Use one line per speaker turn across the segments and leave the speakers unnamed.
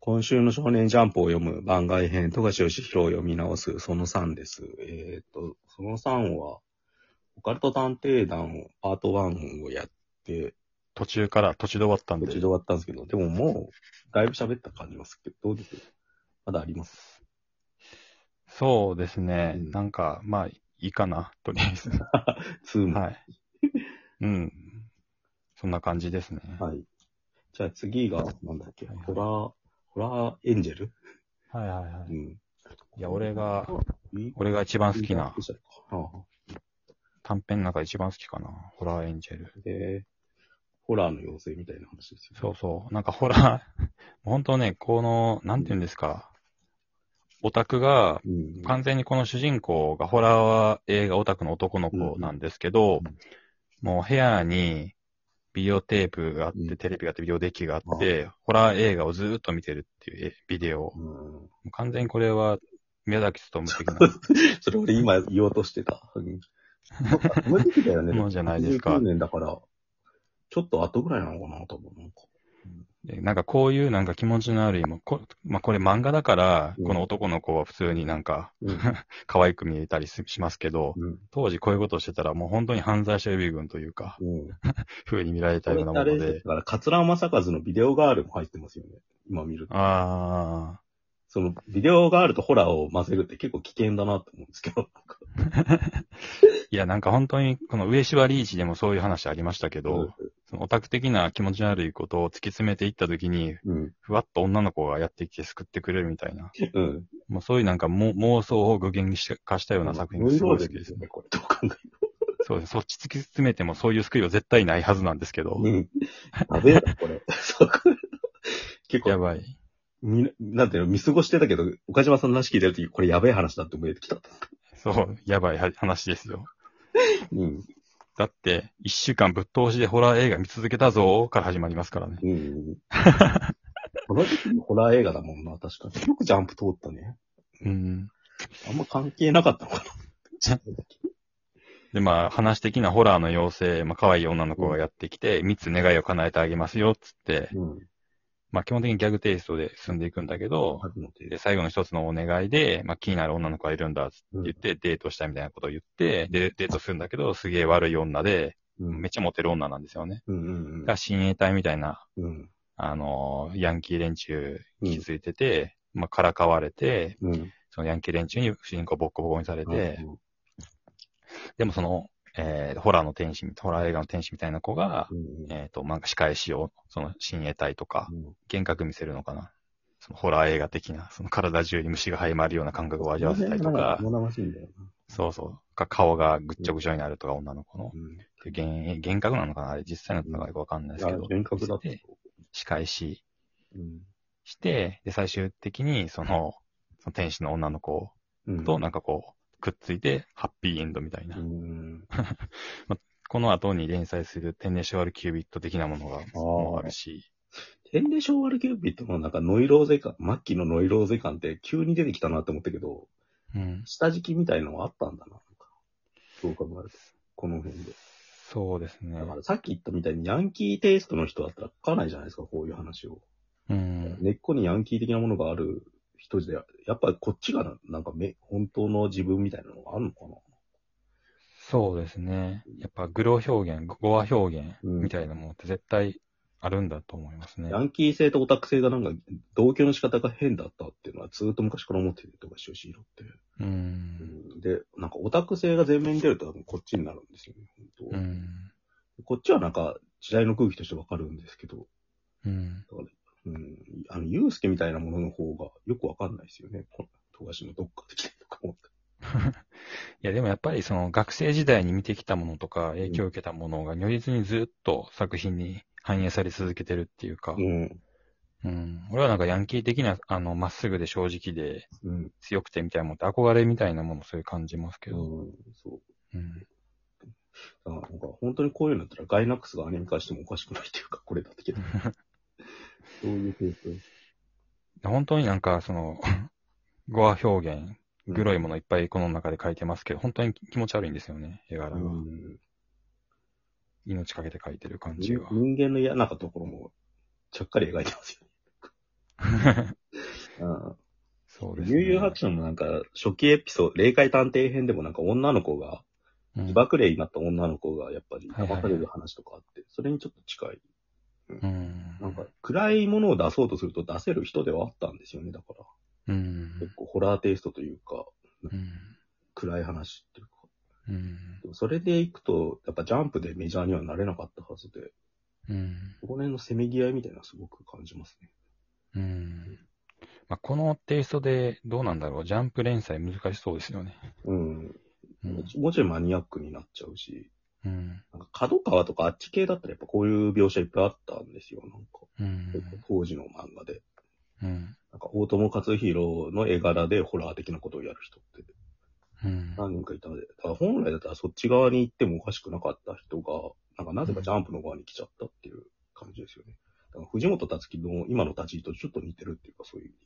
今週の少年ジャンプを読む番外編、富樫義弘を読み直す、その3です。えーっと、その3は、オカルト探偵団を、パート1をやって、
途中から、途中で終わったん
途中で。
で
終わったんですけど、でももう、だいぶ喋った感じますけど、どうですまだあります。
そうですね。
うん
なんか、まあ、いいかな、とりあえず。
2も。
はい。うん。そんな感じですね。
はい。じゃあ次が、なんだっけ、
はいはい
ホラー、ホラーエンジェル
はいはいは
う。ん。
いや俺が
うん、
俺が一番好きな
好、きな。あ
短編の中で一番好きかな。ホラーエンジェル。
あで、ホラーの妖精みたいな話ですよ、ね。
そうそう。なんかホラー、 もう本当ね、この、なんて言うんですか。オタクが、
うん。
完全にこの主人公がホラー映画オタクの男の子なんですけ
う
ど、
ん
もう部屋にビデオテープがあって、
うん
テレビがあって、ビデオデッキがあって、ホラー映画をずーっと見てるっていうえビデオを。も
うん
う完全にこれは宮崎勤的
それ俺今言おうとしてた。うんその時期だよね。
なものじゃないですか
19。年だから、ちょっと後ぐらいなのかな、多分。なんか
でなんかこういうなんか気持ちのある今、こ,、まあ、これ漫画だから、
うん
この男の子は普通になんか
うん
可愛く見えたりししますけど、当時こういうことをしてたらもう本当に犯罪者予備軍というか、
うん。うん。
風に見られた
それ
よう
って
な
あ
もの
れ
で
だ。から、桂正和のビデオガールも入ってますよね。今見ると。
ああ。
その、ビデオガールとホラーを混ぜるって結構危険だなって思うんですけど。なんか
いや、なんか本当に、この上芝リーチでもそういう話ありましたけど、そのオタク的な気持ち悪いことを突き詰めていった時に、
うん。
ふわっと女の子がやってきて救ってくれるみたいな、
うん。
もうそういうなんかも妄想を具現化したような作品がすごい好きです
文
ね。
豪力ですよね、これ。どう考え
そうです。そっち突き詰めてもそういう救いは絶対ないはずなんですけど、
うん。やべえな、これ。 そう結
や
構、
ばい。
み、なんていうの、見過ごしてたけど、岡島さんの話聞いてるとき、これやべえ話だって思えてきた。
そう、やばいは話ですよ。
うん。
だって、一週間ぶっ通しでホラー映画見続けたぞーから始まりますからね。
うん。この時期のホラー映画だもんな、確かに。よくジャンプ通ったね。
うん。
あんま関係なかったのかな。
で、まあ、話的なホラーの妖精、まあ、可愛い女の子がやってきて、三つ願いを叶えてあげますよ、つって、
うん。
まあ、基本的にギャグテイストで進んでいくんだけど、
春の手
で、最後の一つのお願いで、まあ、気になる女の子がいるんだ、って
うん
言って、デートしたみたいなことを言って、で、デートするんだけど、すげえ悪い女で、
うん
めっちゃモテる女なんですよね。
うんうん
が、親衛隊みたいな、
うん。うん。
あのーヤンキー連中、引きついてて、まあ、からかわれて、
うん。
そのヤンキー連中に主人公ボッコボコにされて、でもその、えーホラーの天使、ホラー映画の天使みたいな子が
う、ん、
えっ、と、なんか仕返しを、その、親衛隊とか
う、ん。
幻覚見せるのかな。そのホラー映画的な、その体中に虫が這い回るような感覚を味わわせた りとか、
物々しいんだよ
そうそう、か顔がぐっちゃぐちゃになるとか、女の子の。
な。
で幻幻覚なのかなあれ実際のなのかよくわかんないですけ
うん。
ど。
幻覚だって
で。仕返し
うん。
して、で、最終的に、その、その天使の女の子
うん
と、なんかこう、くっついて、ハッピーエンドみたいな。
うん。
この後に連載する天然シュワルキュービット的なものがもうあるし、
天然昭和ルキュービットのなんかノイローゼ感、末期のノイローゼ感って急に出てきたなって思ったけど、
うん、
下敷きみたいのはあったんだな。なんかそう考えると。この辺で。
そうですね
だ。からさっき言ったみたいにヤンキーテイストの人だったら書かないじゃないですか、こういう話を。
うん、
根っこにヤンキー的なものがある人で、やっぱりこっちがななんかめ本当の自分みたいなのがあるのかな。
そうですね。やっぱグロ表現、語話表現
うん
みたいなものって絶対あるんだと思いますね。
ヤンキー性とオタク性がなんか同居の仕方が変だったっていうのはずーっと昔から思ってるとか、シュシーロって。
うん、
で、なんかオタク性が前面に出ると多分こっちになるんですよね。本当
うん、
こっちはなんか時代の空気としてわかるんですけど、
うん。
うん、あの、ユうスケみたいなものの方がよくわかんないですよね。この富樫のどっか的とか思って。
いや、でもやっぱりその学生時代に見てきたものとか影響を受けたものが如実にずっと作品に反映され続けてるっていうか、
うん。
うん、俺はなんかヤンキー的な、あの、まっすぐで正直で、
うん。
強くてみたいなもんって憧れみたいなものそういう感じますけ
う
ど。
ん、そう。
うん。
だからなんか本当にこういうのだったらガイナックスがアニメ化してもおかしくないっていうか、これだけ ど。そういうテイストです。
本当になんかその、 語話表現、グロ
い。
いものいっぱいこの中で書いてますけど、本当に気持ち悪いんですよね、絵柄
う
が。
ん。
命かけて書いてる感じ
人
が。
人間の嫌なところも、ちゃっかり描いてますよね。うん
そうです、ね。
悠々白書のなんか、初期エピソード、霊界探偵編でもなんか女の子が、自爆霊になった女の子がやっぱり
はいはいはい
騙される話とかあって、それにちょっと近い。
うん。
なんか、暗いものを出そうとすると出せる人ではあったんですよね、だから。
うん。
結構ホラーテイストというか、
うん。
暗い話っていうか。
うん。
でもそれで行くと、やっぱジャンプでメジャーにはなれなかったはずで、
うん。
ここら辺のせめぎ合いみたいなのすごく感じますね。
うん。まあ、このテイストでどうなんだろう。ジャンプ連載難しそうですよね。
うん。
うん。
もうちょいマニアックになっちゃうし、
うん。
なんか角川とかあっち系だったらやっぱこういう描写いっぱいあったんですよ、なんか。
うん。
結構当時の漫画で。
うん。
なんか、大友克洋の絵柄でホラー的なことをやる人って
うん。
何人かいたので、だから本来だったらそっち側に行ってもおかしくなかった人が、なんかなぜかジャンプの側に来ちゃったっていう感じですよね。だから藤本達樹の今の立ち位置とちょっと似てるっていうか、そういう意味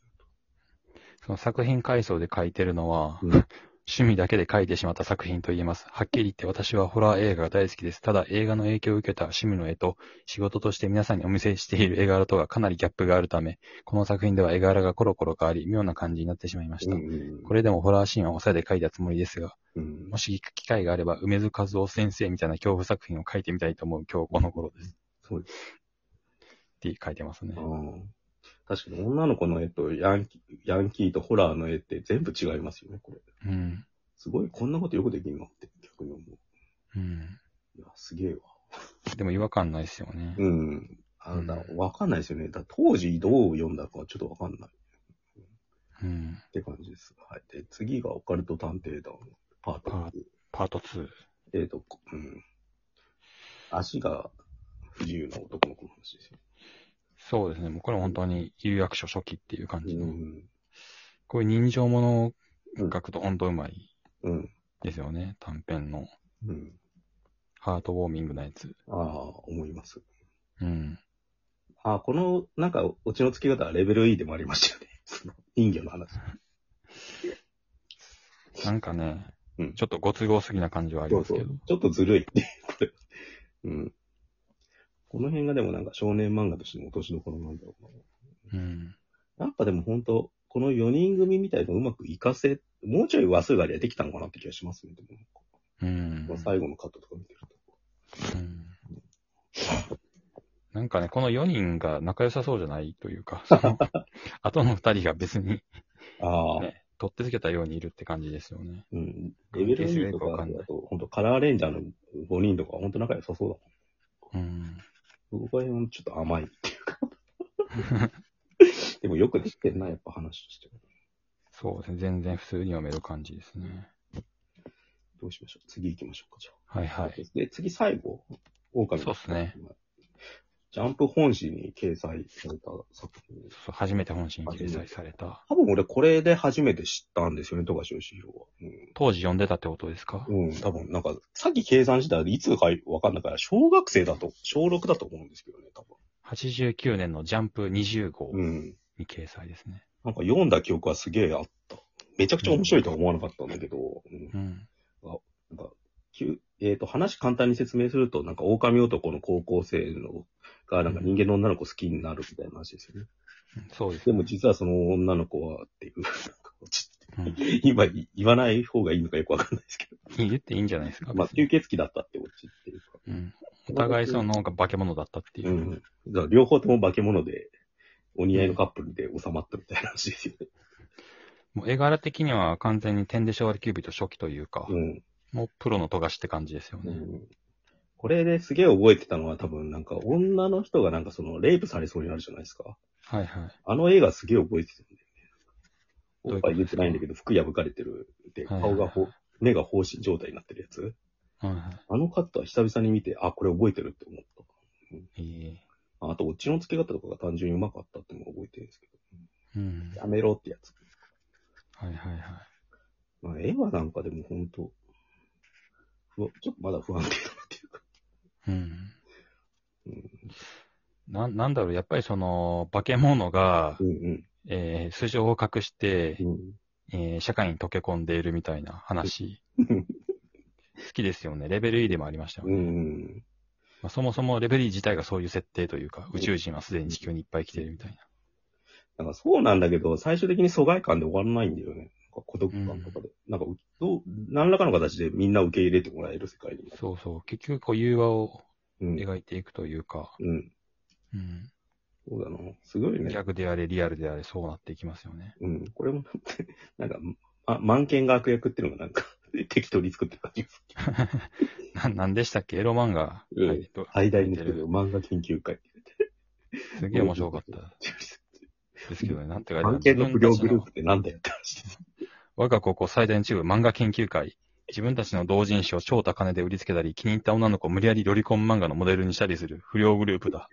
その作品回想で書いてるのは、
うん
趣味だけで書いてしまった作品と言えます。はっきり言って私はホラー映画が大好きです。ただ映画の影響を受けた趣味の絵と仕事として皆さんにお見せしている絵柄とはかなりギャップがあるため、この作品では絵柄がコロコロ変わり、妙な感じになってしまいました。
で。うんうん
これでもホラーシーンは抑えて書いたつもりですが、
うん
も。し機会があれば梅津和夫先生みたいな恐怖作品を書いてみたいと思う今日この頃です。
そうです。
って書いてますね
あ。ー確かに女の子の絵とヤンキーヤンキーとホラーの絵って全部違いますよね、これ。
うん。
すごい、こんなことよくできるのって逆に思う。
うん。
いや、すげえわ。
でも違和感ないですよね。
うん。あ
うん
だわかんないですよね。だ当時どう読んだかはちょっとわかんない
うん。
って感じです。はい。で、次がオカルト探偵団、パート
パー
2。
パート2。
えーと、こうん。足が不自由な男の子の話ですよ。
そうですね。もうこれ本当に有役所初期っていう感じの。
うん。
こういう人情ものを書くと本当うまい
うん。
ですよね。短編の
うん。
ハートウォーミングなやつ。
ああ、思います。
うん。
ああ、この、なんか、オチの付け方はレベル E でもありましたよね。 その人魚の話。
なんかね、
うん
ちょっとご都合すぎな感じはありますけど。
そうそうちょっとずるい って、これ。うん。この辺がでもなんか少年漫画としての落としどころなんだろうな。
うん。
やっぱでも本当、この4人組みたいのをうまく活かせ、もうちょい話数が出てきたのかなって気がしますね。でもなんか
うん。
まあ最後のカットとか見てると。
うんなんかね、この4人が仲良さそうじゃないというか、そ の後の2人が別に、
ああ、
ね、取ってつけたようにいるって感じですよね。
うん。レベル2とか
関係性がよくわか
だ
んない
と、本当カラーレンジャーの5人とか本当仲良さそうだ
うん。
もん。僕はちょっと甘いっていうか。 でもよくできてんな、やっぱ話として。
そうですね。全然普通に読める感じですね。
どうしましょう。次行きましょうか、じゃあ。
はいはい。
で、次最後。狼
そうっすね。
ジャンプ本誌に掲載された作品です。
そう初めて本誌に掲載された。
多分俺これで初めて知ったんですよね、富樫義弘は。
当時読んでたってことですか
うん。うん、多分なんか、さっき計算したらいつかわかんないから、小学生だと、小6だと思うんですけどね、多
?89 年のジャンプ20号
分。うん。
に掲載ですね。
なんか読んだ記憶はすげえあった。めちゃくちゃ面白いとは思わなかったんだけど、うん
うん。
なんか、きゅえっ、と、話簡単に説明すると、なんか、狼男の高校生の、が、なんか人間の女の子好きになるみたいな話ですよね。
そうです
で
ね。
も実はその女の子はっていう、なんかち
う
ょ
ん
っと今言わない方がいいのかよくわかんないですけど、
言っていいんじゃないですか。
まあ、
別に
吸血鬼だったってオチっていうか。
うん。お互いその脳が化け物だったっていうう。
ん。だから両方とも化け物で、お似合いのカップルで収まったみたいな話ですよね。
もう絵柄的には完全に天で昭和キュービット初期というか、
うん。
もうプロの富樫って感じですよ
う
ね。
んこれですげえ覚えてたのは多分なんか女の人がなんかそのレイプされそうになるじゃないですか。
はいはい。
あの映画すげえ覚えてたんだよね。
どう
お
い
っ
う
ぱ
こと
い
で
出
す
て
か
ないんだけど服破かれてる。で、
はいはい
顔がほ、目が放心状態になってるやつ。
はいは
あのカットは久々に見て、あ、これ覚えてるって思った。
い。いい。
あと、オチの付け方とかが単純にうまかったってのも覚えてるんですけ
うん
ど。。やめろってやつ。
はいはいはい。
まあ、絵はなんかでもほんと、ふわちょっとまだ不安定だなっていうか。
うん。
うん
な、なんだろう、やっぱりその、化け物が、
うん
えー、素性を隠して、
うん。
えー社会に溶け込んでいるみたいな話。
うん
好きですよね。レベル E でもありましたよ
うん。う
ね。
ん。
まあ、そもそもレベル E 自体がそういう設定というか、宇宙人はすでに地球にいっぱい来ているみたいな。
なんかそうなんだけど、最終的に疎外感で終わらないんだよね。なんか孤独感とかで。なんかうどう、何らかの形でみんな受け入れてもらえる世界に。
そうそう。結局、こう、融和を
うん。
描いていくというか、
うん。
うん。
そうだな。すごいね。
逆であれ、リアルであれ、そうなっていきますよね。
うん。これも なんて、なんか、ま、満剣が悪役っていうのがなんか、 適当に作ってる感じがする。
な、なんでしたっけエロ漫画。
うん
はいと
最大の作業、漫画研究会って言って
すげえ面白かったですけどね。なんて書いてある
満剣の不良グルー
自分たち
プってなんだよって話 です。
我が高校最大のチーム漫画研究会。自分たちの同人誌を超高値で売りつけたり、気に入った女の子を無理やりロリコン漫画のモデルにしたりする不良グループだ。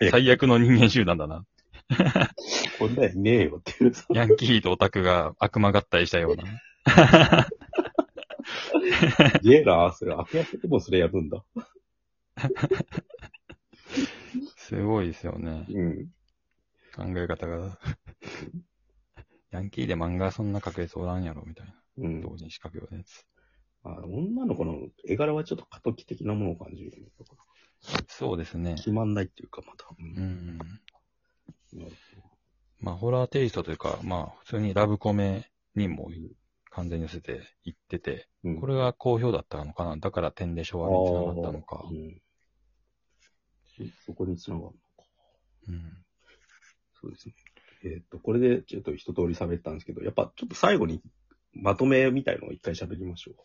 最悪
最悪の人間集団だな。
こんなんいねえよっていう。
ヤンキーとオタクが悪魔合体したような。
すげえな、それ。悪役でもそれやるんだ。
すごいですよね。
うん。
考え方が。ヤンキーで漫画そんな書くやつおらんやろ、みたいな。
うん。
同人誌書くようなやつ。
あ女の子の絵柄はちょっと過渡期的なものを感じるよね。だか
そうですね
ら。決まんないっていうか、また。う
うんん。まあ、ホラーテイストというか、まあ、普通にラブコメにも完全に寄せていってて、
うん
これが好評だったのかな。だから点で昭和につながったのか
あー。うん。そこにつながるのか。
うん。
そうですね。えーっ、と、これでちょっと一通り喋ったんですけど、やっぱちょっと最後にまとめみたいのを一回喋りましょう。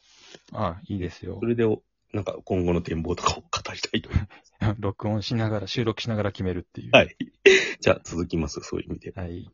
ああ、いいですよ
そ。れでお、なんか今後の展望とかを語りたいと思います。
録音しながら、収録しながら決めるっていう。
はいじゃあ続きます、そういう意味で。
はい